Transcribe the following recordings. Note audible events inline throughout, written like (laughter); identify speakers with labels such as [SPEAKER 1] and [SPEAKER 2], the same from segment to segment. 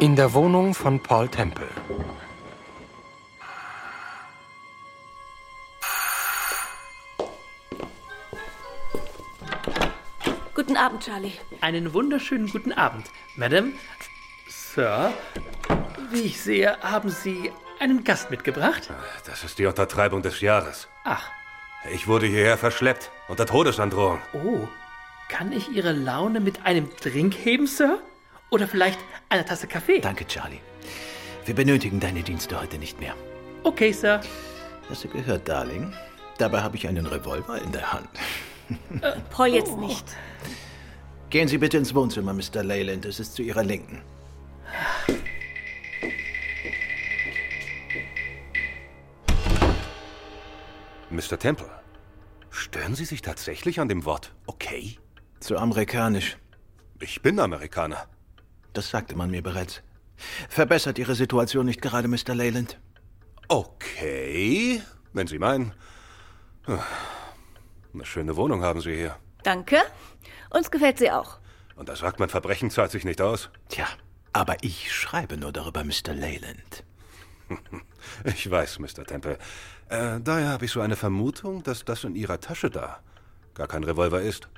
[SPEAKER 1] In der Wohnung von Paul Temple.
[SPEAKER 2] Guten Abend, Charlie.
[SPEAKER 3] Einen wunderschönen guten Abend, Madame, Sir. Wie ich sehe, haben Sie einen Gast mitgebracht.
[SPEAKER 4] Das ist die Untertreibung des Jahres.
[SPEAKER 3] Ach,
[SPEAKER 4] Ich wurde hierher verschleppt, unter Todesandrohung.
[SPEAKER 3] oh. Kann ich Ihre Laune mit einem Drink heben, Sir? Oder vielleicht einer Tasse Kaffee?
[SPEAKER 5] Danke, Charlie. Wir benötigen deine Dienste heute nicht mehr.
[SPEAKER 3] Okay, Sir.
[SPEAKER 5] Hast du gehört, Darling? Dabei habe ich einen Revolver in der Hand.
[SPEAKER 2] Paul
[SPEAKER 6] Oh.
[SPEAKER 2] jetzt nicht.
[SPEAKER 5] Gehen Sie bitte ins Wohnzimmer, Mr. Leyland. Es ist zu Ihrer Linken.
[SPEAKER 4] Mr. Temple, stören Sie sich tatsächlich an dem Wort okay?
[SPEAKER 5] Zu amerikanisch.
[SPEAKER 4] Ich bin Amerikaner.
[SPEAKER 5] Das sagte man mir bereits. Verbessert Ihre Situation nicht gerade, Mr. Leyland?
[SPEAKER 4] Okay, wenn Sie meinen. Eine schöne Wohnung haben Sie hier.
[SPEAKER 2] Danke. Uns gefällt sie auch.
[SPEAKER 4] Und da sagt man, Verbrechen zahlt sich nicht aus.
[SPEAKER 5] Tja, aber ich schreibe nur darüber, Mr. Leyland.
[SPEAKER 4] Ich weiß, Mr. Temple. Äh, daher habe ich so eine Vermutung, dass das in Ihrer Tasche da gar kein Revolver ist.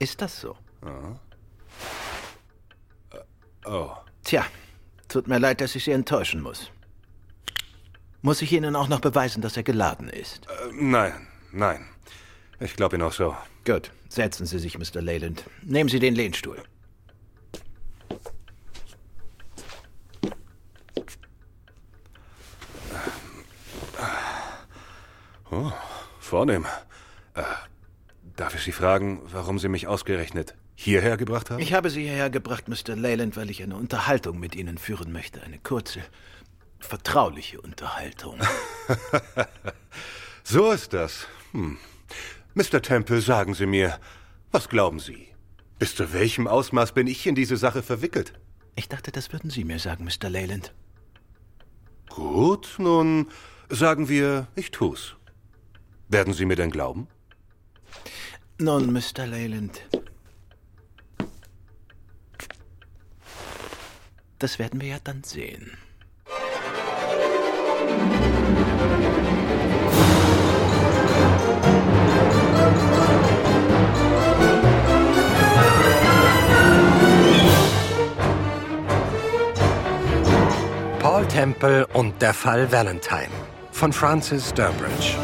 [SPEAKER 5] Ist das so?
[SPEAKER 4] Oh,
[SPEAKER 5] Tja, tut mir leid, dass ich Sie enttäuschen muss. Muss ich Ihnen auch noch beweisen, dass er geladen ist?
[SPEAKER 4] äh, nein, nein. Ich glaube Ihnen auch so.
[SPEAKER 5] Gut, setzen Sie sich, Mr. Leyland. Nehmen Sie den Lehnstuhl.
[SPEAKER 4] Vornehm. Äh, darf ich Sie fragen, warum Sie mich ausgerechnet hierher gebracht haben?
[SPEAKER 5] Ich habe Sie hierher gebracht, Mr. Leyland, weil ich eine Unterhaltung mit Ihnen führen möchte. Eine kurze, vertrauliche Unterhaltung.
[SPEAKER 4] So ist das. Hm. Mr. Temple, sagen Sie mir, was glauben Sie? Bis zu welchem Ausmaß bin ich in diese Sache verwickelt?
[SPEAKER 5] Ich dachte, das würden Sie mir sagen, Mr. Leyland.
[SPEAKER 4] Gut, nun sagen wir, ich tu's. Werden Sie mir denn glauben?
[SPEAKER 5] Nun, Mr. Leyland. Das werden wir ja dann sehen.
[SPEAKER 1] Paul Temple und der Fall Valentine von Francis Durbridge.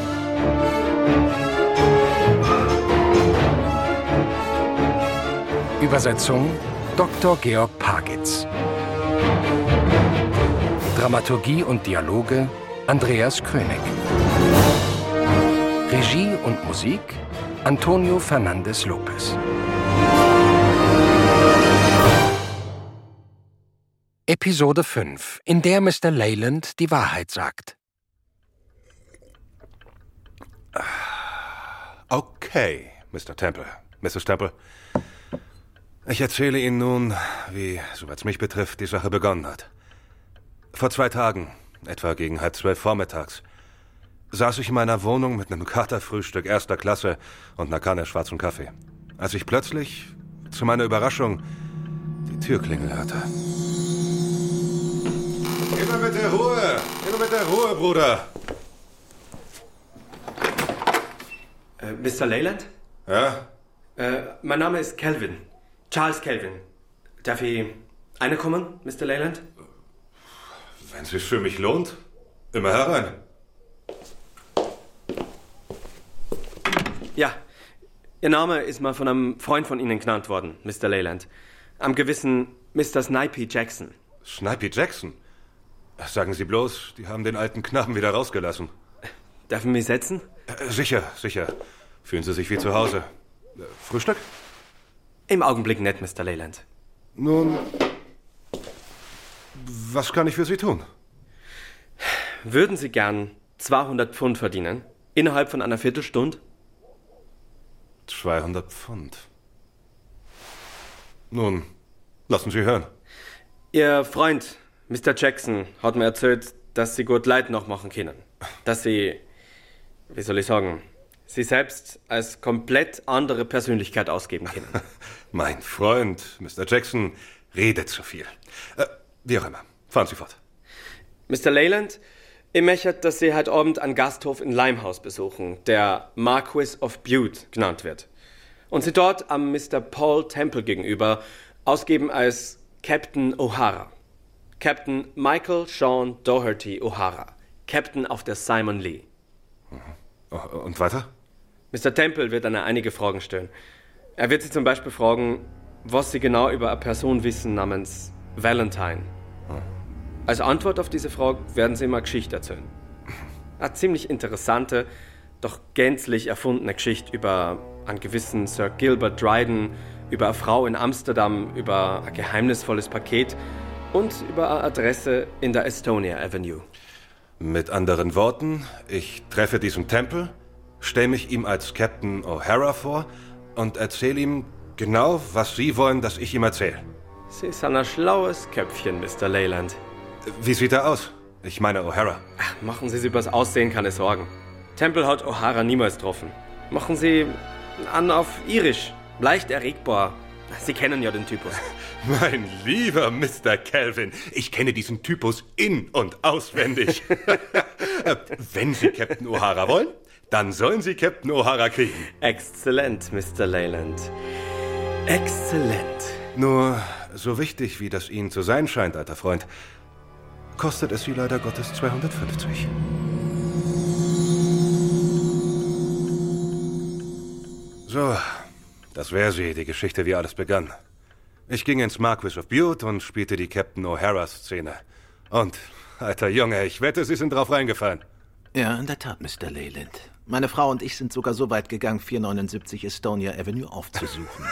[SPEAKER 1] Übersetzung Dr. Georg Pagitz. Dramaturgie und Dialoge Andreas König. Regie und Musik Antonio Fernandes Lopez. Episode 5, in der Mr. Leyland die Wahrheit sagt.
[SPEAKER 4] Okay, Mr. Temple. Mrs. Temple. Ich erzähle Ihnen nun, wie, soweit es mich betrifft, die Sache begonnen hat. Vor zwei Tagen, etwa gegen halb zwölf vormittags, saß ich in meiner Wohnung mit einem Katerfrühstück erster Klasse und einer Kanne schwarzen Kaffee, als ich plötzlich, zu meiner Überraschung, die Türklingel hörte. Immer mit der Ruhe! Immer mit der Ruhe, Bruder!
[SPEAKER 7] Äh, Mr. Leyland?
[SPEAKER 4] Ja?
[SPEAKER 7] Äh, mein Name ist Calvin. Charles Calvin. Darf ich eine kommen, Mr. Leyland?
[SPEAKER 4] Wenn es sich für mich lohnt, immer herein.
[SPEAKER 7] Ja. Ihr Name ist mal von einem Freund von Ihnen genannt worden, Mr. Leyland. Am gewissen Mr. Snipey Jackson.
[SPEAKER 4] Snipey Jackson? Sagen Sie bloß, die haben den alten Knaben wieder rausgelassen.
[SPEAKER 7] Darf ich mich setzen?
[SPEAKER 4] Äh, sicher, sicher. Fühlen Sie sich wie zu Hause. Äh, Frühstück?
[SPEAKER 7] Im Augenblick nicht, Mr. Leyland.
[SPEAKER 4] Nun. Was kann ich für Sie tun?
[SPEAKER 7] Würden Sie gern 200 Pfund verdienen? Innerhalb von einer Viertelstunde?
[SPEAKER 4] 200 Pfund. Nun, lassen Sie hören.
[SPEAKER 7] Ihr Freund, Mr. Jackson, hat mir erzählt, dass Sie gut Leid noch machen können. Dass Sie, wie soll ich sagen, Sie selbst als komplett andere Persönlichkeit ausgeben können.
[SPEAKER 4] Mein Freund, Mr. Jackson, redet zu viel. Äh, Wie auch immer. Fahren Sie fort.
[SPEAKER 7] Mr. Leyland, ihr möchtet, dass Sie heute Abend einen Gasthof in Limehouse besuchen, der Marquis of Bute genannt wird. Und Sie dort am Mr. Paul Temple gegenüber ausgeben als Captain O'Hara. Captain Michael Sean Doherty O'Hara. Captain auf der Simon Lee.
[SPEAKER 4] Oh, Und weiter?
[SPEAKER 7] Mr. Temple wird Anna einige Fragen stellen. Er wird Sie zum Beispiel fragen, was Sie genau über eine Person wissen namens Valentine. Als Antwort auf diese Frage werden Sie ihm eine Geschichte erzählen. Eine ziemlich interessante, doch gänzlich erfundene Geschichte über einen gewissen Sir Gilbert Dryden, über eine Frau in Amsterdam, über ein geheimnisvolles Paket und über eine Adresse in der Estonia Avenue.
[SPEAKER 4] Mit anderen Worten, ich treffe diesen Tempel, stelle mich ihm als Captain O'Hara vor und erzähle ihm genau, was Sie wollen, dass ich ihm erzähle.
[SPEAKER 7] Sie ist ein schlaues Köpfchen, Mr. Leyland.
[SPEAKER 4] Wie sieht er aus? Ich meine O'Hara. (laughs)
[SPEAKER 7] Machen Sie sich übers Aussehen keine Sorgen. Temple hat O'Hara niemals getroffen. Machen Sie an auf irisch, leicht erregbar. Sie kennen ja den Typus.
[SPEAKER 4] Mein lieber Mr. Calvin, ich kenne diesen Typus in- und auswendig. Äh, Wenn Sie Captain O'Hara wollen, dann sollen Sie Captain O'Hara kriegen.
[SPEAKER 7] Exzellent, Mr. Leyland. Exzellent.
[SPEAKER 4] Nur, so wichtig wie das Ihnen zu sein scheint, alter Freund, kostet es Sie leider Gottes 250. So, das wäre sie, die Geschichte, wie alles begann. Ich ging ins Marquis of Bute und spielte die Captain O'Hara-Szene. Und, alter Junge, ich wette, Sie sind drauf reingefallen.
[SPEAKER 5] Ja, in der Tat, Mr. Leyland. Meine Frau und ich sind sogar so weit gegangen, 479 Estonia Avenue aufzusuchen.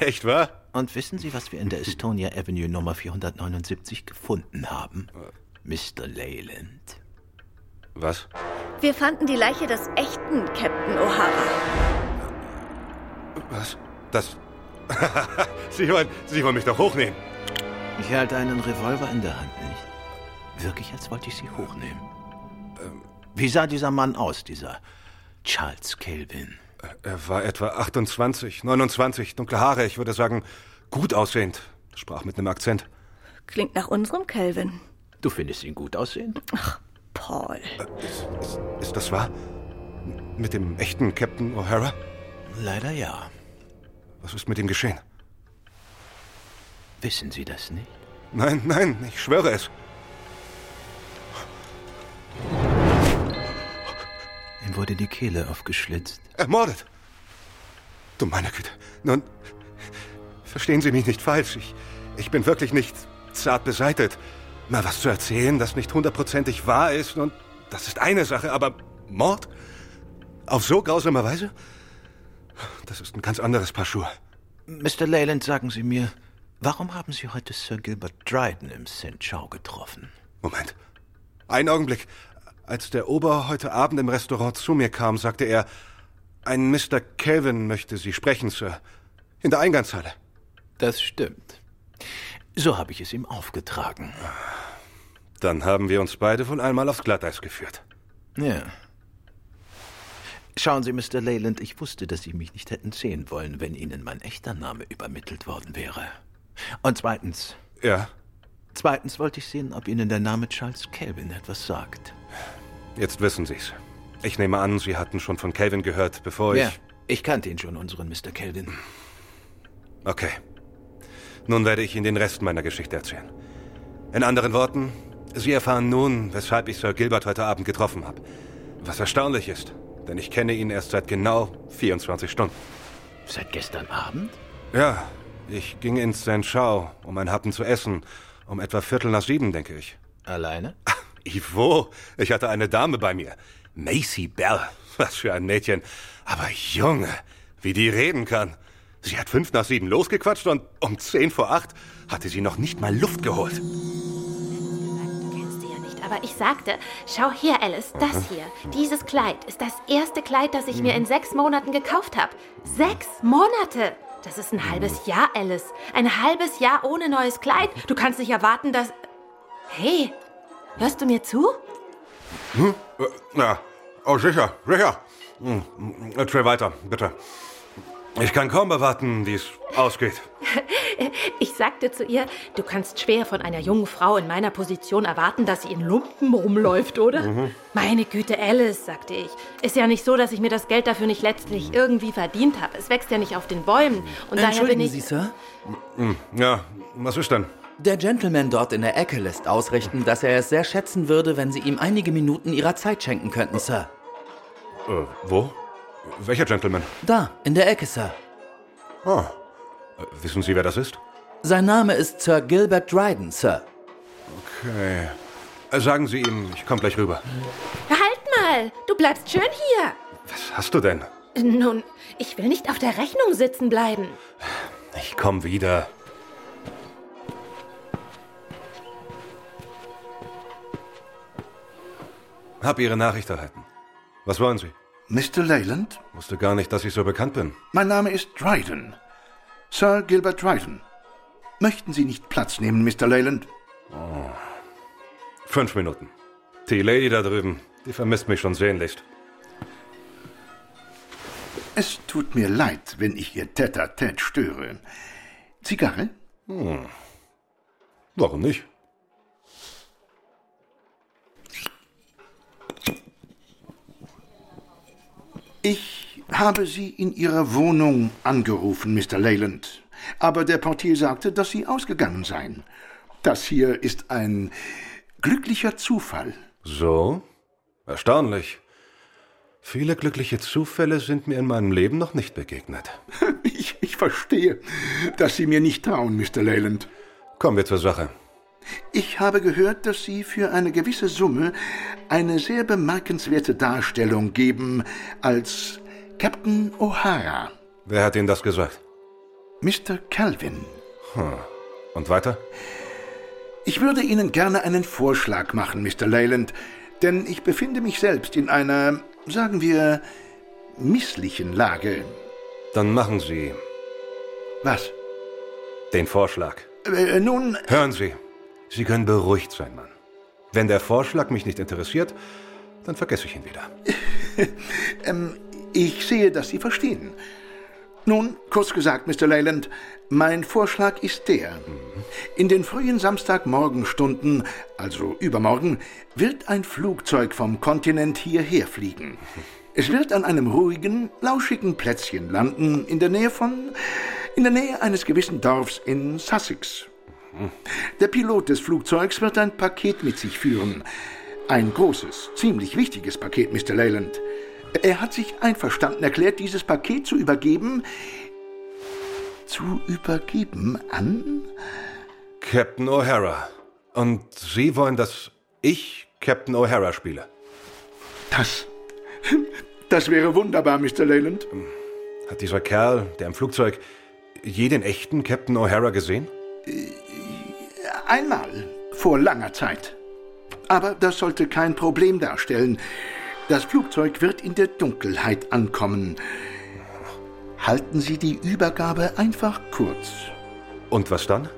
[SPEAKER 4] Echt wahr?
[SPEAKER 5] (laughs) Und wissen Sie, was wir in der Estonia Avenue Nummer 479 gefunden haben? Mr. Leyland.
[SPEAKER 4] Was?
[SPEAKER 2] Wir fanden die Leiche des echten Captain O'Hara.
[SPEAKER 4] Was? Das. (laughs) Sie wollen, Sie wollen mich doch hochnehmen.
[SPEAKER 5] Ich halte einen Revolver in der Hand nicht. Wirklich, als wollte ich sie hochnehmen. Ähm. Wie sah dieser Mann aus, dieser Charles Kelvin?
[SPEAKER 4] Äh, Er war etwa 28, 29, dunkle Haare, ich würde sagen, gut aussehend. Sprach mit einem Akzent.
[SPEAKER 2] Klingt nach unserem Kelvin.
[SPEAKER 5] Du findest ihn gut aussehend?
[SPEAKER 2] Paul.
[SPEAKER 4] Äh, Ist, ist, ist das wahr? M- Mit dem echten Captain O'Hara?
[SPEAKER 5] Leider ja.
[SPEAKER 4] Was ist mit ihm geschehen?
[SPEAKER 5] Wissen Sie das nicht?
[SPEAKER 4] Nein, nein, ich schwöre es.
[SPEAKER 5] Ihm wurde die Kehle aufgeschlitzt.
[SPEAKER 4] Ermordet. Du meine Güte. Nun, verstehen Sie mich nicht falsch. Ich, ich bin wirklich nicht zart beseitet. Mal was zu erzählen, das nicht hundertprozentig wahr ist, und das ist eine Sache, aber Mord? Auf so grausame Weise? Das ist ein ganz anderes Paar Schuhe.
[SPEAKER 5] Mr. Leyland, sagen Sie mir, warum haben Sie heute Sir Gilbert Dryden im St. Chow getroffen?
[SPEAKER 4] Moment. Einen Augenblick. Als der Ober heute Abend im Restaurant zu mir kam, sagte er, ein Mr. Calvin möchte Sie sprechen, Sir. In der Eingangshalle.
[SPEAKER 5] Das stimmt. So habe ich es ihm aufgetragen.
[SPEAKER 4] Dann haben wir uns beide wohl einmal aufs Glatteis geführt.
[SPEAKER 5] Ja. Schauen Sie, Mr. Leyland, ich wusste, dass Sie mich nicht hätten sehen wollen, wenn Ihnen mein echter Name übermittelt worden wäre. Und zweitens,
[SPEAKER 4] Ja,
[SPEAKER 5] zweitens wollte ich sehen, ob Ihnen der Name Charles Calvin etwas sagt.
[SPEAKER 4] jetzt wissen Sie's. Ich nehme an, Sie hatten schon von Calvin gehört, bevor
[SPEAKER 5] Ja,
[SPEAKER 4] ich.
[SPEAKER 5] ich kannte ihn schon, unseren Mr. Calvin.
[SPEAKER 4] Okay. Nun werde ich Ihnen den Rest meiner Geschichte erzählen. In anderen Worten, Sie erfahren nun, weshalb ich Sir Gilbert heute Abend getroffen habe. Was erstaunlich ist, denn ich kenne ihn erst seit genau 24 Stunden.
[SPEAKER 5] Seit gestern Abend?
[SPEAKER 4] Ja, ich ging ins St. Chow, um ein Happen zu essen. Um etwa Viertel nach sieben, denke ich.
[SPEAKER 5] Alleine?
[SPEAKER 4] Ivo, ich hatte eine Dame bei mir. Macy Bell. Was für ein Mädchen. Aber Junge, wie die reden kann. Sie hat fünf nach sieben losgequatscht und um zehn vor acht hatte sie noch nicht mal Luft geholt.
[SPEAKER 6] Du kennst sie ja nicht, aber ich sagte, schau hier, Alice, das hier, dieses Kleid ist das erste Kleid, das ich mir in sechs Monaten gekauft habe. Sechs Monate! Das ist ein halbes Jahr, Alice. Ein halbes Jahr ohne neues Kleid. Du kannst nicht erwarten, dass... Hey, hörst du mir zu?
[SPEAKER 4] Ja, Äh, oh sicher, sicher. Hm, Erzähl weiter, bitte. Ich kann kaum erwarten, wie es ausgeht.
[SPEAKER 6] Ich sagte zu ihr, du kannst schwer von einer jungen Frau in meiner Position erwarten, dass sie in Lumpen rumläuft, oder? Meine Güte, Alice, sagte ich. Ist ja nicht so, dass ich mir das Geld dafür nicht letztlich irgendwie verdient habe. Es wächst ja nicht auf den Bäumen. Und daher
[SPEAKER 8] Entschuldigen
[SPEAKER 6] bin ich.
[SPEAKER 8] Sie, Sir.
[SPEAKER 4] Ja, was ist denn?
[SPEAKER 8] Der Gentleman dort in der Ecke lässt ausrichten, dass er es sehr schätzen würde, wenn Sie ihm einige Minuten Ihrer Zeit schenken könnten, Sir.
[SPEAKER 4] Äh, wo? Welcher Gentleman?
[SPEAKER 8] Da, in der Ecke, Sir.
[SPEAKER 4] Ah. Äh, Wissen Sie, wer das ist?
[SPEAKER 8] Sein Name ist Sir Gilbert Dryden, Sir.
[SPEAKER 4] Okay. Äh, Sagen Sie ihm, ich komme gleich rüber.
[SPEAKER 6] Halt mal! Du bleibst schön hier!
[SPEAKER 4] Was hast du denn?
[SPEAKER 6] Nun, ich will nicht auf der Rechnung sitzen bleiben.
[SPEAKER 4] Ich komm wieder. Hab Ihre Nachricht erhalten. Was wollen Sie?
[SPEAKER 9] Mr. Leyland,
[SPEAKER 4] Wusste gar nicht, dass ich so bekannt bin.
[SPEAKER 9] mein Name ist Dryden. Sir Gilbert Dryden. Möchten Sie nicht Platz nehmen, Mr. Leyland?
[SPEAKER 4] Fünf Minuten. Die Lady da drüben, die vermisst mich schon sehnlichst.
[SPEAKER 9] Es tut mir leid, wenn ich Ihr Tête-à-Tête störe. Zigarre?
[SPEAKER 4] Warum nicht?
[SPEAKER 9] Ich habe Sie in Ihrer Wohnung angerufen, Mr. Leyland. Aber der Portier sagte, dass Sie ausgegangen seien. Das hier ist ein glücklicher Zufall.
[SPEAKER 4] So? Erstaunlich. Viele glückliche Zufälle sind mir in meinem Leben noch nicht begegnet.
[SPEAKER 9] Ich, ich verstehe, dass Sie mir nicht trauen, Mr. Leyland.
[SPEAKER 4] Kommen wir zur Sache.
[SPEAKER 9] Ich habe gehört, dass Sie für eine gewisse Summe eine sehr bemerkenswerte Darstellung geben als Captain O'Hara,
[SPEAKER 4] Wer hat Ihnen das gesagt?
[SPEAKER 9] Mr. Calvin.
[SPEAKER 4] Und weiter?
[SPEAKER 9] Ich würde Ihnen gerne einen Vorschlag machen, Mr. Leyland, denn ich befinde mich selbst in einer, sagen wir, misslichen Lage.
[SPEAKER 4] Dann machen Sie
[SPEAKER 9] Was?
[SPEAKER 4] den Vorschlag.
[SPEAKER 9] Äh, nun,
[SPEAKER 4] Hören Sie, Sie können beruhigt sein, Mann. Wenn der Vorschlag mich nicht interessiert, dann vergesse ich ihn wieder.
[SPEAKER 9] Ähm, ich sehe, dass Sie verstehen. Nun, kurz gesagt, Mr. Leyland, mein Vorschlag ist der. In den frühen Samstagmorgenstunden, also übermorgen, wird ein Flugzeug vom Kontinent hierher fliegen. Es wird an einem ruhigen, lauschigen Plätzchen landen, in der Nähe von, in der Nähe eines gewissen Dorfs in Sussex. Der Pilot des Flugzeugs wird ein Paket mit sich führen. Ein großes, ziemlich wichtiges Paket, Mr. Leyland. Er hat sich einverstanden erklärt, dieses Paket zu übergeben. Zu übergeben an?
[SPEAKER 4] Captain O'Hara. Und Sie wollen, dass ich Captain O'Hara spiele?
[SPEAKER 9] Das. Das wäre wunderbar, Mr. Leyland.
[SPEAKER 4] Hat dieser Kerl, der im Flugzeug, je den echten Captain O'Hara gesehen?
[SPEAKER 9] Einmal, vor langer Zeit. Aber das sollte kein Problem darstellen. Das Flugzeug wird in der Dunkelheit ankommen. Halten Sie die Übergabe einfach kurz.
[SPEAKER 4] Und was dann?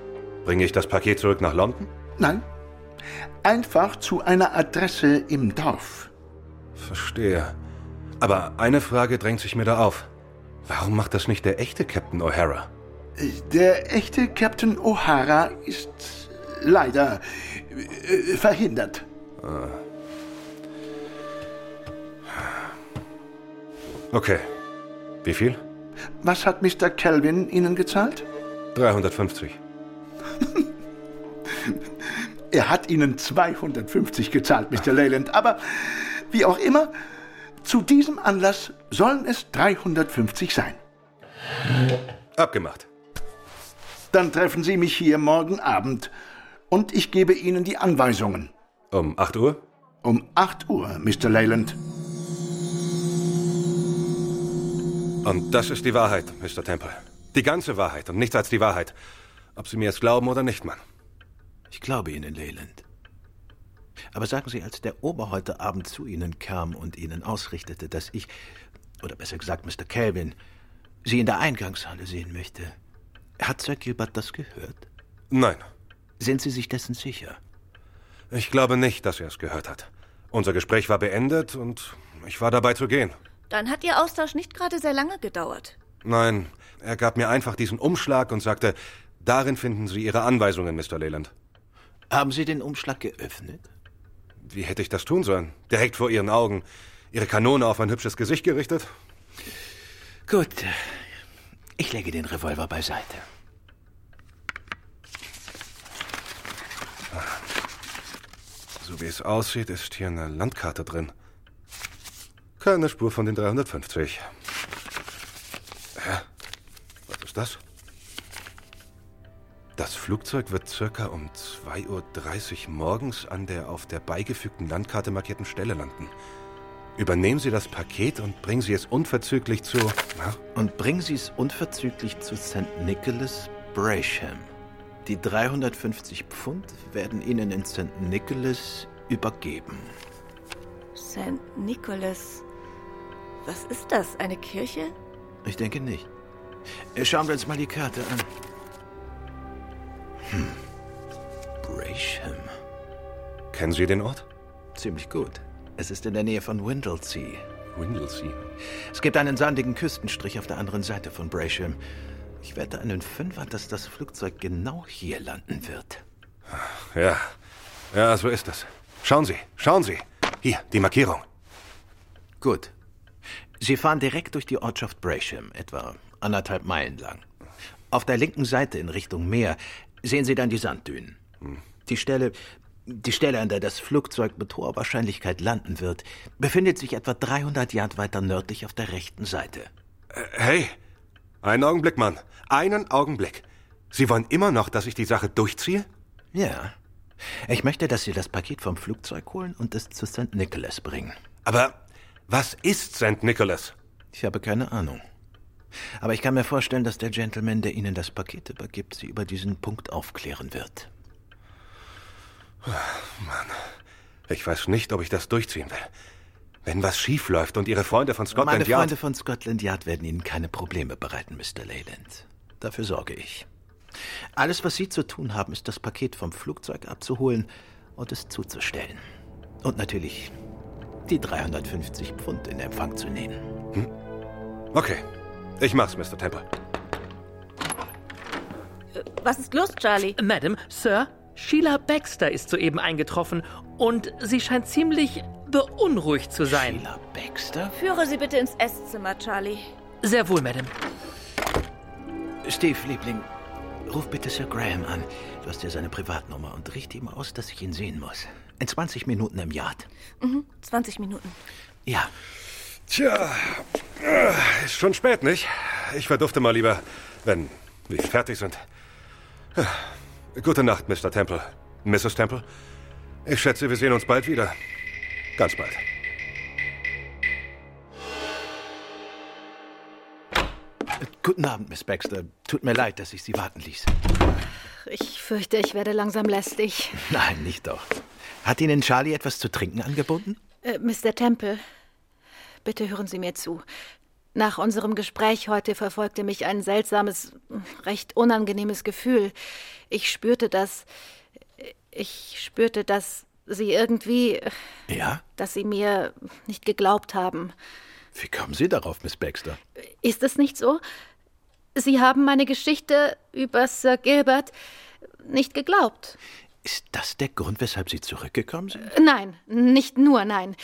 [SPEAKER 4] Bringe ich das Paket zurück nach London?
[SPEAKER 9] Nein. Einfach zu einer Adresse im Dorf.
[SPEAKER 4] Verstehe. Aber eine Frage drängt sich mir da auf. Warum macht das nicht der echte Captain O'Hara?
[SPEAKER 9] Der echte Captain O'Hara ist leider äh, verhindert.
[SPEAKER 4] Okay. Wie viel?
[SPEAKER 9] Was hat Mr. Calvin Ihnen gezahlt?
[SPEAKER 4] 350.
[SPEAKER 9] Er hat Ihnen 250 gezahlt, Mr. Leyland, aber wie auch immer, zu diesem Anlass sollen es 350 sein.
[SPEAKER 4] Abgemacht.
[SPEAKER 9] Dann treffen Sie mich hier morgen Abend und ich gebe Ihnen die Anweisungen.
[SPEAKER 4] Um 8 Uhr?
[SPEAKER 9] Um 8 Uhr, Mr. Leyland.
[SPEAKER 4] Und das ist die Wahrheit, Mr. Temple. Die ganze Wahrheit und nichts als die Wahrheit. Ob Sie mir es glauben oder nicht, Mann.
[SPEAKER 5] Ich glaube Ihnen, Leyland. Aber sagen Sie, als der Ober heute Abend zu Ihnen kam und Ihnen ausrichtete, dass ich, oder besser gesagt Mr. Calvin, Sie in der Eingangshalle sehen möchte, hat Sir Gilbert das gehört?
[SPEAKER 4] Nein,
[SPEAKER 5] Sind Sie sich dessen sicher?
[SPEAKER 4] ich glaube nicht, dass er es gehört hat. Unser Gespräch war beendet und ich war dabei zu gehen.
[SPEAKER 2] Dann hat Ihr Austausch nicht gerade sehr lange gedauert.
[SPEAKER 4] Nein, Er gab mir einfach diesen Umschlag und sagte, darin finden Sie Ihre Anweisungen, Mr. Leyland.
[SPEAKER 5] Haben Sie den Umschlag geöffnet?
[SPEAKER 4] Wie hätte ich das tun sollen? Direkt vor Ihren Augen. Ihre Kanone auf mein hübsches Gesicht gerichtet?
[SPEAKER 5] Gut. äh, Ich lege den Revolver beiseite.
[SPEAKER 4] So wie es aussieht, ist hier eine Landkarte drin. Keine Spur von den 350. Hä? Was ist das? Das Flugzeug wird circa um 2.30 Uhr morgens an der auf der beigefügten Landkarte markierten Stelle landen. Übernehmen Sie das Paket und bringen Sie es unverzüglich zu. Na,
[SPEAKER 5] Und bringen Sie es unverzüglich zu St. Nicholas Brasham. Die 350 Pfund werden Ihnen in St. Nicholas übergeben.
[SPEAKER 2] St. Nicholas. Was ist das? Eine Kirche?
[SPEAKER 5] Ich denke nicht. Äh, Schauen wir uns mal die Karte an. Hm. Brasham.
[SPEAKER 4] kennen Sie den Ort?
[SPEAKER 5] Ziemlich gut. Es ist in der Nähe von Windlesea.
[SPEAKER 4] Windlesea.
[SPEAKER 5] Es gibt einen sandigen Küstenstrich auf der anderen Seite von Brasham. Ich wette einen Fünfer, dass das Flugzeug genau hier landen wird.
[SPEAKER 4] Ja, ja, so ist es. Schauen Sie, schauen Sie. Hier, die Markierung.
[SPEAKER 5] Gut. Sie fahren direkt durch die Ortschaft Brasham, etwa anderthalb Meilen lang. Auf der linken Seite in Richtung Meer sehen Sie dann die Sanddünen. Die Stelle, die Stelle, an der das Flugzeug mit hoher Wahrscheinlichkeit landen wird, befindet sich etwa 300 Yard weiter nördlich auf der rechten Seite.
[SPEAKER 4] Hey, einen Augenblick, Mann. Einen Augenblick. Sie wollen immer noch, dass ich die Sache durchziehe?
[SPEAKER 5] Ja. Ich möchte, dass Sie das Paket vom Flugzeug holen und es zu St. Nicholas bringen.
[SPEAKER 4] Aber was ist St. Nicholas?
[SPEAKER 5] Ich habe keine Ahnung. Aber ich kann mir vorstellen, dass der Gentleman, der Ihnen das Paket übergibt, Sie über diesen Punkt aufklären wird.
[SPEAKER 4] Ich weiß nicht, ob ich das durchziehen will. Wenn was schief läuft und Ihre Freunde von
[SPEAKER 5] Meine
[SPEAKER 4] Scotland
[SPEAKER 5] Freunde
[SPEAKER 4] Yard...
[SPEAKER 5] von Scotland Yard werden Ihnen keine Probleme bereiten, Mr. Leyland. Dafür sorge ich. Alles, was Sie zu tun haben, ist das Paket vom Flugzeug abzuholen und es zuzustellen. Und natürlich die 350 Pfund in Empfang zu nehmen.
[SPEAKER 4] Okay, ich mach's, Mr. Temple.
[SPEAKER 2] Was ist los, Charlie?
[SPEAKER 3] Madam, Sir, Sheila Baxter ist soeben eingetroffen und sie scheint ziemlich beunruhigt zu sein.
[SPEAKER 5] Sheila Baxter?
[SPEAKER 2] Führe sie bitte ins Esszimmer, Charlie.
[SPEAKER 3] Sehr wohl, Madam.
[SPEAKER 5] Steve, Liebling, ruf bitte Sir Graham an. Du hast ja seine Privatnummer und richte ihm aus, dass ich ihn sehen muss. In 20 Minuten im Yard.
[SPEAKER 2] 20 Mhm, Minuten.
[SPEAKER 5] Ja,
[SPEAKER 4] Tja, äh, ist schon spät, nicht? Ich verdufte mal lieber, wenn wir fertig sind. Äh, Gute Nacht, Mr. Temple. Mrs. Temple. Ich schätze, wir sehen uns bald wieder. Ganz bald.
[SPEAKER 5] guten Abend, Miss Baxter. Tut mir leid, dass ich Sie warten ließ.
[SPEAKER 6] Ich fürchte, ich werde langsam lästig.
[SPEAKER 5] Nein, nicht doch. Hat Ihnen Charlie etwas zu trinken angeboten?
[SPEAKER 6] Äh, Mr. Temple, bitte hören Sie mir zu. Nach unserem Gespräch heute verfolgte mich ein seltsames, recht unangenehmes Gefühl. Ich spürte, dass. Ich spürte, dass Sie irgendwie.
[SPEAKER 5] Ja?
[SPEAKER 6] dass Sie mir nicht geglaubt haben.
[SPEAKER 5] Wie kommen Sie darauf, Miss Baxter?
[SPEAKER 6] Ist es nicht so? Sie haben meine Geschichte über Sir Gilbert nicht geglaubt.
[SPEAKER 5] Ist das der Grund, weshalb Sie zurückgekommen sind?
[SPEAKER 6] Nein, nicht nur, nein.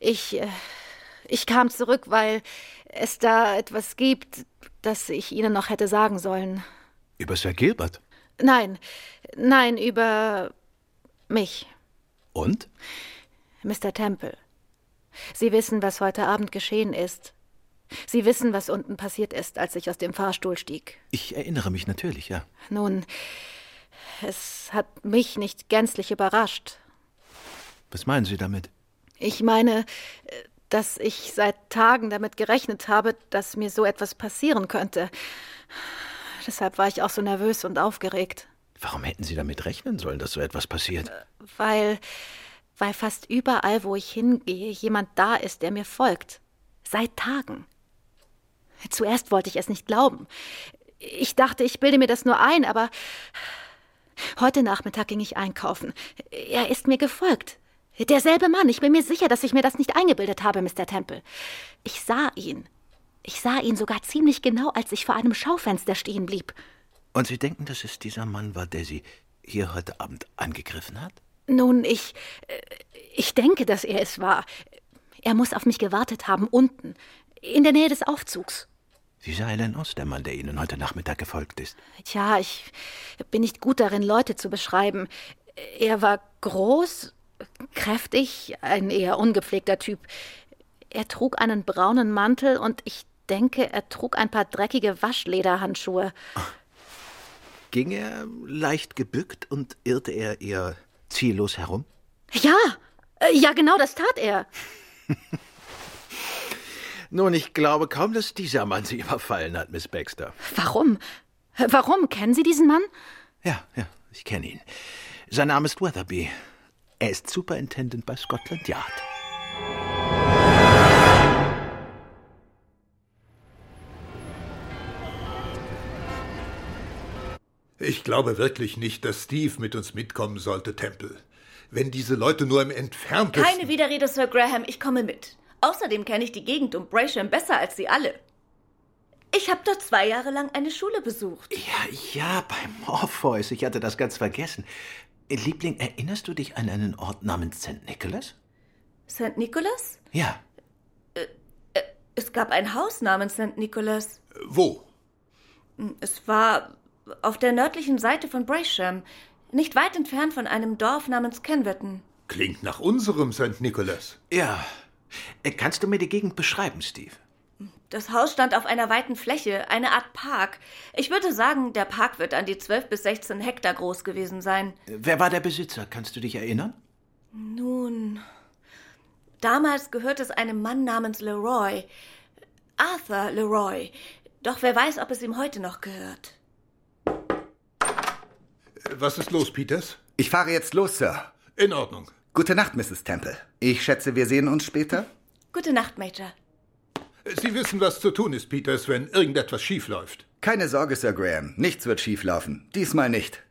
[SPEAKER 6] Ich, äh, ich kam zurück, weil es da etwas gibt, das ich Ihnen noch hätte sagen sollen.
[SPEAKER 5] Über Sir Gilbert.
[SPEAKER 6] Nein, nein, über mich,
[SPEAKER 5] Und?
[SPEAKER 6] Mr. Temple. Sie wissen, was heute Abend geschehen ist. Sie wissen, was unten passiert ist, als ich aus dem Fahrstuhl stieg.
[SPEAKER 5] Ich erinnere mich natürlich, ja.
[SPEAKER 6] Nun, es hat mich nicht gänzlich überrascht.
[SPEAKER 5] Was meinen Sie damit?
[SPEAKER 6] Ich meine, äh, dass ich seit Tagen damit gerechnet habe, dass mir so etwas passieren könnte. Deshalb war ich auch so nervös und aufgeregt,
[SPEAKER 5] Warum hätten Sie damit rechnen sollen, dass so etwas passiert?
[SPEAKER 6] weil weil fast überall, wo ich hingehe, jemand da ist, der mir folgt. Seit Tagen. Zuerst wollte ich es nicht glauben. Ich dachte, ich bilde mir das nur ein, aber heute Nachmittag ging ich einkaufen. Er ist mir gefolgt. Derselbe Mann. Ich bin mir sicher, dass ich mir das nicht eingebildet habe, Mr. Temple. Ich sah ihn. Ich sah ihn sogar ziemlich genau, als ich vor einem Schaufenster stehen blieb.
[SPEAKER 5] Und Sie denken, dass es dieser Mann war, der Sie hier heute Abend angegriffen hat?
[SPEAKER 6] Nun, ich. äh, Ich denke, dass er es war. Er muss auf mich gewartet haben, unten, in der Nähe des Aufzugs.
[SPEAKER 5] Wie sah er denn aus, der Mann, der Ihnen heute Nachmittag gefolgt ist?
[SPEAKER 6] Tja, ich bin nicht gut darin, Leute zu beschreiben. Er war groß, kräftig, ein eher ungepflegter Typ. Er trug einen braunen Mantel und ich denke, er trug ein paar dreckige Waschlederhandschuhe.
[SPEAKER 5] Ging er leicht gebückt und irrte er eher ziellos herum?
[SPEAKER 6] Ja, äh, ja, genau das tat er.
[SPEAKER 5] Nun, ich glaube kaum, dass dieser Mann Sie überfallen hat, Miss Baxter.
[SPEAKER 6] Warum? Warum? Kennen Sie diesen Mann?
[SPEAKER 5] Ja, ja, ich kenne ihn. Sein Name ist Weatherby. Er ist Superintendent bei Scotland Yard.
[SPEAKER 10] Ich glaube wirklich nicht, dass Steve mit uns mitkommen sollte, Temple. Wenn diese Leute nur im entferntesten...
[SPEAKER 2] Keine Widerrede, Sir Graham, ich komme mit. Außerdem kenne ich die Gegend um Brasham besser als Sie alle. Ich habe dort zwei Jahre lang eine Schule besucht.
[SPEAKER 5] Ja, ja, bei Morpheus. Ich hatte das ganz vergessen. Liebling, erinnerst du dich an einen Ort namens St. Nicholas?
[SPEAKER 2] St. Nicholas?
[SPEAKER 5] Ja.
[SPEAKER 2] Es gab ein Haus namens St. Nicholas.
[SPEAKER 10] Wo?
[SPEAKER 2] Es war auf der nördlichen Seite von Brasham, nicht weit entfernt von einem Dorf namens Kenwetton.
[SPEAKER 10] Klingt nach unserem St. Nicholas.
[SPEAKER 5] Ja. Äh, Kannst du mir die Gegend beschreiben, Steve?
[SPEAKER 2] Das Haus stand auf einer weiten Fläche, eine Art Park. Ich würde sagen, der Park wird an die 12 bis 16 Hektar groß gewesen sein.
[SPEAKER 5] Äh, Wer war der Besitzer? Kannst du dich erinnern?
[SPEAKER 2] Nun, damals gehört es einem Mann namens Leroy. Arthur Leroy. Doch wer weiß, ob es ihm heute noch gehört.
[SPEAKER 10] Äh, Was ist los, Peters?
[SPEAKER 11] Ich fahre jetzt los, Sir.
[SPEAKER 10] In Ordnung.
[SPEAKER 11] Gute Nacht, Mrs. Temple. Ich schätze, wir sehen uns später.
[SPEAKER 2] Gute Nacht, Major.
[SPEAKER 10] Äh, Sie wissen, was zu tun ist, Peters, wenn irgendetwas schief läuft.
[SPEAKER 11] Keine Sorge, Sir Graham. Nichts wird schieflaufen. Diesmal nicht.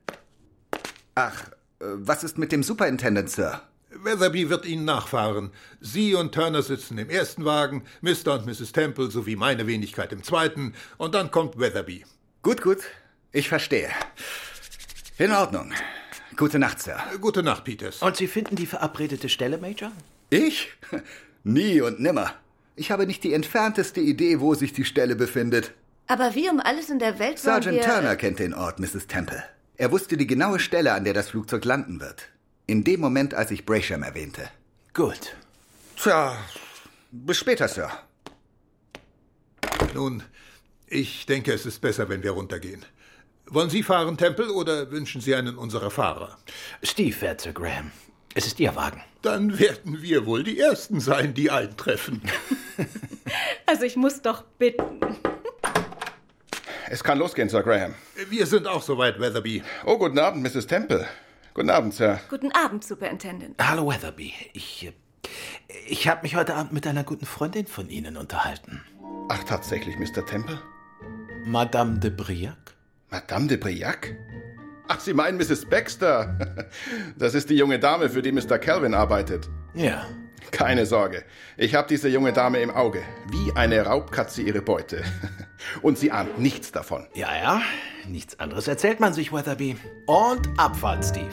[SPEAKER 11] Ach, äh, was ist mit dem Superintendent, Sir?
[SPEAKER 10] Weatherby wird Ihnen nachfahren. Sie und Turner sitzen im ersten Wagen, Mr. und Mrs. Temple sowie meine Wenigkeit im zweiten, und dann kommt Weatherby.
[SPEAKER 11] Gut, gut. Ich verstehe. In Ordnung. Gute Nacht, Sir.
[SPEAKER 10] Äh, Gute Nacht, Peters.
[SPEAKER 5] Und Sie finden die verabredete Stelle, Major?
[SPEAKER 11] Ich? (laughs) Nie und nimmer. Ich habe nicht die entfernteste Idee, wo sich die Stelle befindet.
[SPEAKER 2] Aber wie um alles in der Welt sollen
[SPEAKER 11] Sergeant
[SPEAKER 2] wir...
[SPEAKER 11] Turner kennt den Ort, Mrs. Temple. Er wusste die genaue Stelle, an der das Flugzeug landen wird. In dem Moment, als ich Brasham erwähnte.
[SPEAKER 5] Gut.
[SPEAKER 11] Tja, bis später, Sir.
[SPEAKER 10] Nun, ich denke, es ist besser, wenn wir runtergehen. Wollen Sie fahren, Temple, oder wünschen Sie einen unserer Fahrer?
[SPEAKER 5] Steve fährt Sir Graham. Es ist Ihr Wagen.
[SPEAKER 10] Dann werden wir wohl die Ersten sein, die eintreffen.
[SPEAKER 2] Also ich muss doch bitten.
[SPEAKER 12] Es kann losgehen, Sir Graham.
[SPEAKER 10] Wir sind auch soweit, Weatherby.
[SPEAKER 12] Oh, guten Abend, Mrs. Temple. Guten Abend, Sir.
[SPEAKER 2] Guten Abend, Superintendent.
[SPEAKER 5] Hallo, Weatherby. Ich, äh, ich habe mich heute Abend mit einer guten Freundin von Ihnen unterhalten.
[SPEAKER 12] Ach, tatsächlich, Mr. Temple?
[SPEAKER 5] Madame de Briac?
[SPEAKER 12] Madame de Briac? Ach, Sie meinen Mrs. Baxter. (laughs) Das ist die junge Dame, für die Mr. Calvin arbeitet.
[SPEAKER 5] Ja.
[SPEAKER 12] Keine Sorge. Ich habe diese junge Dame im Auge. Wie eine Raubkatze ihre Beute. (laughs) Und sie ahnt nichts davon.
[SPEAKER 5] Ja, ja. Nichts anderes erzählt man sich, Weatherby. Und Abfahrt, Steve.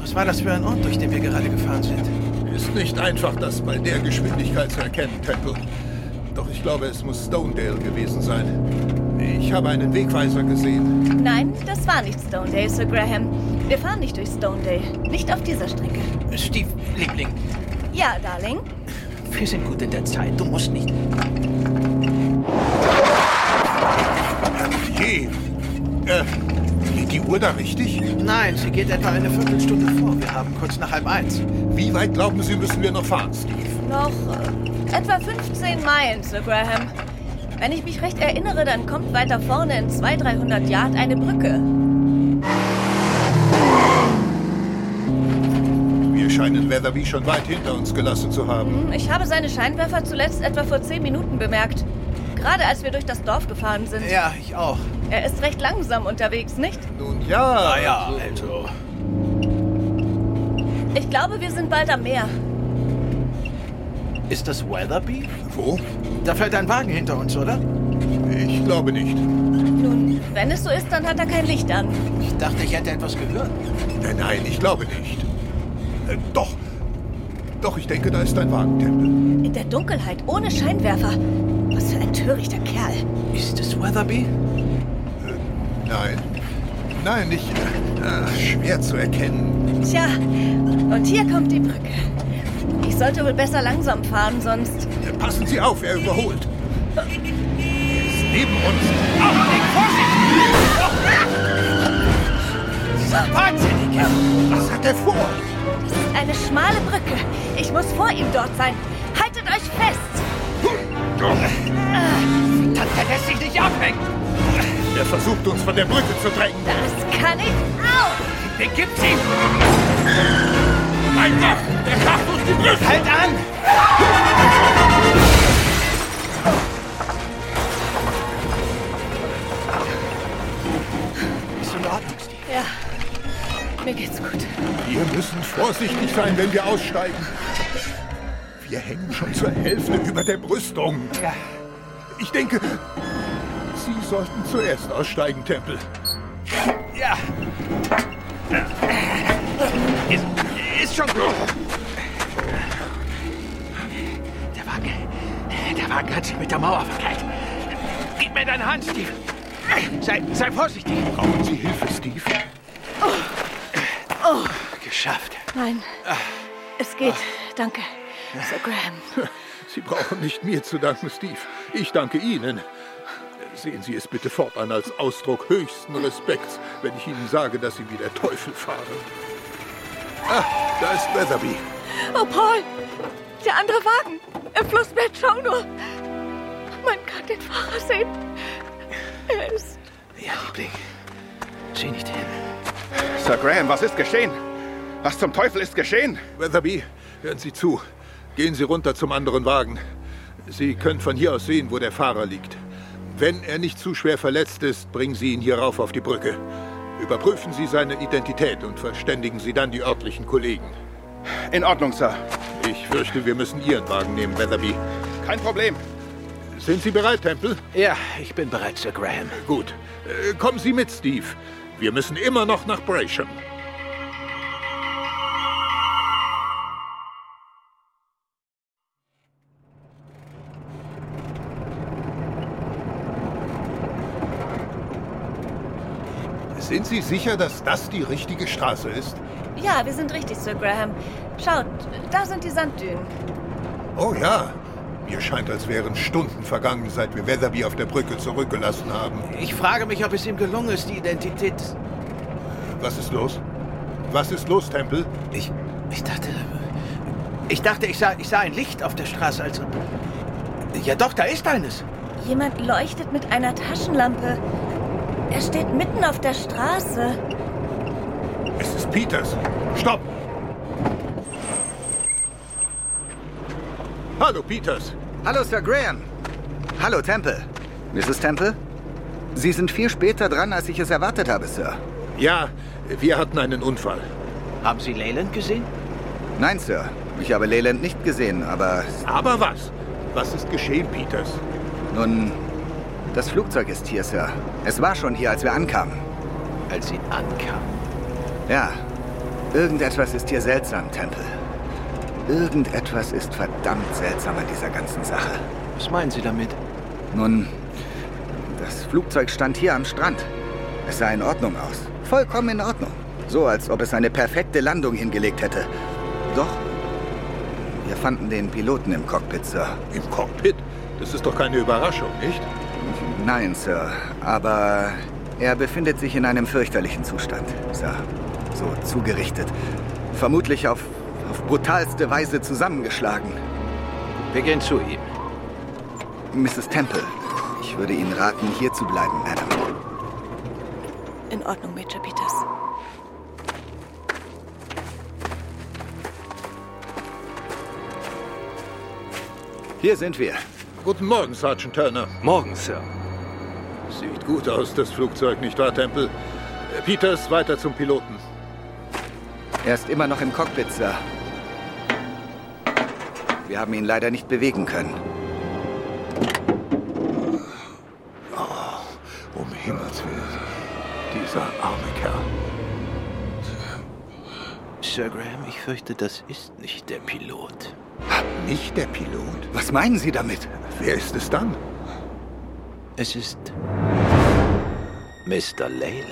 [SPEAKER 5] Was war das für ein Ort, durch den wir gerade gefahren sind?
[SPEAKER 10] Ist nicht einfach, das bei der Geschwindigkeit zu erkennen, Temple. Doch ich glaube, es muss Stonedale gewesen sein. Ich habe einen Wegweiser gesehen.
[SPEAKER 2] Nein, das war nicht Stonedale, Sir Graham. Wir fahren nicht durch Stonedale. Nicht auf dieser Strecke.
[SPEAKER 5] Steve, Liebling,
[SPEAKER 2] Ja, Darling.
[SPEAKER 5] wir sind gut in der Zeit. Du musst nicht.
[SPEAKER 10] Je. Äh, geht die Uhr da richtig?
[SPEAKER 5] Nein, sie geht etwa eine Viertelstunde vor. Wir haben kurz nach halb eins.
[SPEAKER 10] Wie weit glauben Sie, müssen wir noch fahren, Steve?
[SPEAKER 2] Noch äh, etwa 15 Meilen, Sir Graham. Wenn ich mich recht erinnere, dann kommt weiter vorne in 200-300 Yard eine Brücke.
[SPEAKER 10] Wir scheinen Weatherby schon weit hinter uns gelassen zu haben.
[SPEAKER 2] Hm, Ich habe seine Scheinwerfer zuletzt etwa vor zehn Minuten bemerkt. Gerade als wir durch das Dorf gefahren sind.
[SPEAKER 5] Ja, Ah, ich auch.
[SPEAKER 2] Er ist recht langsam unterwegs, nicht?
[SPEAKER 10] Ja.
[SPEAKER 5] Ah ja, also.
[SPEAKER 2] Ich glaube, wir sind bald am Meer.
[SPEAKER 5] Ist das Weatherby?
[SPEAKER 10] Wo?
[SPEAKER 5] Da fällt ein Wagen hinter uns, oder?
[SPEAKER 10] Ich glaube nicht.
[SPEAKER 2] Nun, wenn es so ist, dann hat er kein Licht an.
[SPEAKER 5] Ich dachte, ich hätte etwas gehört.
[SPEAKER 10] Äh, Nein, ich glaube nicht. Äh, Doch. Doch, ich denke, da ist ein Wagentempel.
[SPEAKER 2] In der Dunkelheit, ohne Scheinwerfer. Was für ein törichter Kerl.
[SPEAKER 5] Ist es Weatherby?
[SPEAKER 10] Nein. Nein, nicht. Äh, schwer zu erkennen.
[SPEAKER 2] Tja, und hier kommt die Brücke. Ich sollte wohl besser langsam fahren, sonst.
[SPEAKER 10] Äh, Passen Sie auf, er überholt. Er ist neben uns.
[SPEAKER 5] Wahnsinniger!
[SPEAKER 10] Was hat er vor?
[SPEAKER 2] Das ist eine schmale Brücke. Ich muss vor ihm dort sein. Haltet euch fest!
[SPEAKER 5] Verdammt, der lässt sich nicht abhängen!
[SPEAKER 10] Er versucht uns von der Brücke zu drängen.
[SPEAKER 2] Das kann ich auch!
[SPEAKER 5] Den gibt's ihm! Mein Gott, der schafft uns die Brücke! Halt an! Ist in Ordnung, Steve.
[SPEAKER 2] Ja, mir geht's gut.
[SPEAKER 10] Wir müssen vorsichtig sein, wenn wir aussteigen. Wir hängen schon zur Hälfte über der Brüstung.
[SPEAKER 5] Ja.
[SPEAKER 10] Ich denke, Sie sollten zuerst aussteigen, Tempel.
[SPEAKER 5] Ja. Ist, ist schon gut. Der Wagen. Der Wagen hat sich mit der Mauer verkeilt. Gib mir deine Hand, Steve. Sei, sei vorsichtig.
[SPEAKER 10] Brauchen Sie Hilfe, Steve?
[SPEAKER 5] Geschafft.
[SPEAKER 2] Nein,
[SPEAKER 10] Ah.
[SPEAKER 2] es geht. Danke, Sir Graham.
[SPEAKER 10] (laughs) Sie brauchen nicht mir zu danken, Steve. Ich danke Ihnen. Sehen Sie es bitte fortan als Ausdruck höchsten Respekts, wenn ich Ihnen sage, dass Sie wie der Teufel fahren. Ah, da ist Weatherby.
[SPEAKER 2] Oh, Paul! Der andere Wagen! Im Flussbett, schau nur! Man kann den Fahrer sehen. Er ist.
[SPEAKER 5] Ja, Liebling. Sieh nicht hin.
[SPEAKER 12] Sir Graham, was ist geschehen? Was zum Teufel ist geschehen?
[SPEAKER 10] Weatherby, hören Sie zu. Gehen Sie runter zum anderen Wagen. Sie können von hier aus sehen, wo der Fahrer liegt. Wenn er nicht zu schwer verletzt ist, bringen Sie ihn hier rauf auf die Brücke. Überprüfen Sie seine Identität und verständigen Sie dann die örtlichen Kollegen.
[SPEAKER 12] In Ordnung, Sir.
[SPEAKER 10] Ich fürchte, wir müssen Ihren Wagen nehmen, Weatherby.
[SPEAKER 12] Kein Problem.
[SPEAKER 10] Sind Sie bereit, Temple?
[SPEAKER 5] Ja, ich bin bereit, Sir Graham.
[SPEAKER 10] Gut. Äh, kommen Sie mit, Steve. Wir müssen immer noch nach Brasham. Sind Sie sicher, dass das die richtige Straße ist?
[SPEAKER 2] Ja, wir sind richtig, Sir Graham. Schaut, da sind die Sanddünen.
[SPEAKER 10] Oh ja. Mir scheint, als wären Stunden vergangen, seit wir Weatherby auf der Brücke zurückgelassen haben.
[SPEAKER 5] Ich frage mich, ob es ihm gelungen ist, die Identität.
[SPEAKER 10] Was ist los? Was ist los, Temple?
[SPEAKER 5] Ich. Ich dachte. Ich dachte, ich sah, ich sah ein Licht auf der Straße, also. Ja, doch, da ist eines.
[SPEAKER 2] Jemand leuchtet mit einer Taschenlampe. Er steht mitten auf der Straße.
[SPEAKER 10] Es ist Peters. Stopp! Hallo, Peters.
[SPEAKER 11] Hallo, Sir Graham. Hallo, Temple. Mrs. Temple? Sie sind viel später dran, als ich es erwartet habe, Sir.
[SPEAKER 10] Ja, wir hatten einen Unfall.
[SPEAKER 5] Haben Sie Leyland gesehen?
[SPEAKER 11] Nein, Sir. Ich habe Leyland nicht gesehen, aber
[SPEAKER 10] Aber was? Was ist geschehen, Peters?
[SPEAKER 11] nun, das Flugzeug ist hier, Sir. Es war schon hier, als wir ankamen.
[SPEAKER 5] Als sie ankamen.
[SPEAKER 11] Ja, irgendetwas ist hier seltsam, Temple. Irgendetwas ist verdammt seltsam an dieser ganzen Sache.
[SPEAKER 5] Was meinen Sie damit?
[SPEAKER 11] Nun, das Flugzeug stand hier am Strand. Es sah in Ordnung aus. Vollkommen in Ordnung. So, als ob es eine perfekte Landung hingelegt hätte. Doch, wir fanden den Piloten im Cockpit, Sir.
[SPEAKER 10] Im Cockpit? Das ist doch keine Überraschung, nicht?
[SPEAKER 11] Nein, Sir, aber er befindet sich in einem fürchterlichen Zustand, Sir. So zugerichtet. Vermutlich auf, auf brutalste Weise zusammengeschlagen.
[SPEAKER 5] Wir gehen zu ihm.
[SPEAKER 11] Mrs. Temple, ich würde Ihnen raten, hier zu bleiben, Madam.
[SPEAKER 2] In Ordnung, Major Peters.
[SPEAKER 11] Hier sind wir.
[SPEAKER 10] Guten Morgen, Sergeant Turner.
[SPEAKER 1] Morgen, Sir.
[SPEAKER 10] Sieht gut aus, das Flugzeug, nicht wahr, Temple? Äh, Peters, weiter zum Piloten.
[SPEAKER 11] Er ist immer noch im Cockpit, Sir. Wir haben ihn leider nicht bewegen können.
[SPEAKER 10] Um Himmels Willen, dieser arme Kerl.
[SPEAKER 5] Sir Graham, ich fürchte, das ist nicht der Pilot.
[SPEAKER 10] Nicht der Pilot?
[SPEAKER 11] Was meinen Sie damit?
[SPEAKER 10] Wer ist es dann?
[SPEAKER 5] Es ist Mr. Leyland.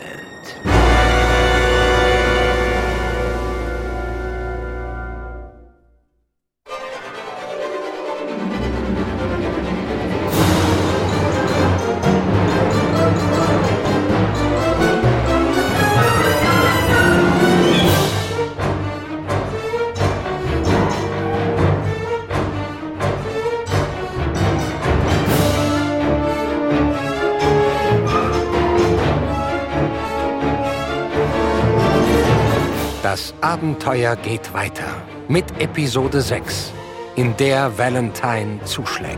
[SPEAKER 1] Das Abenteuer geht weiter mit Episode 6, in der Valentine zuschlägt.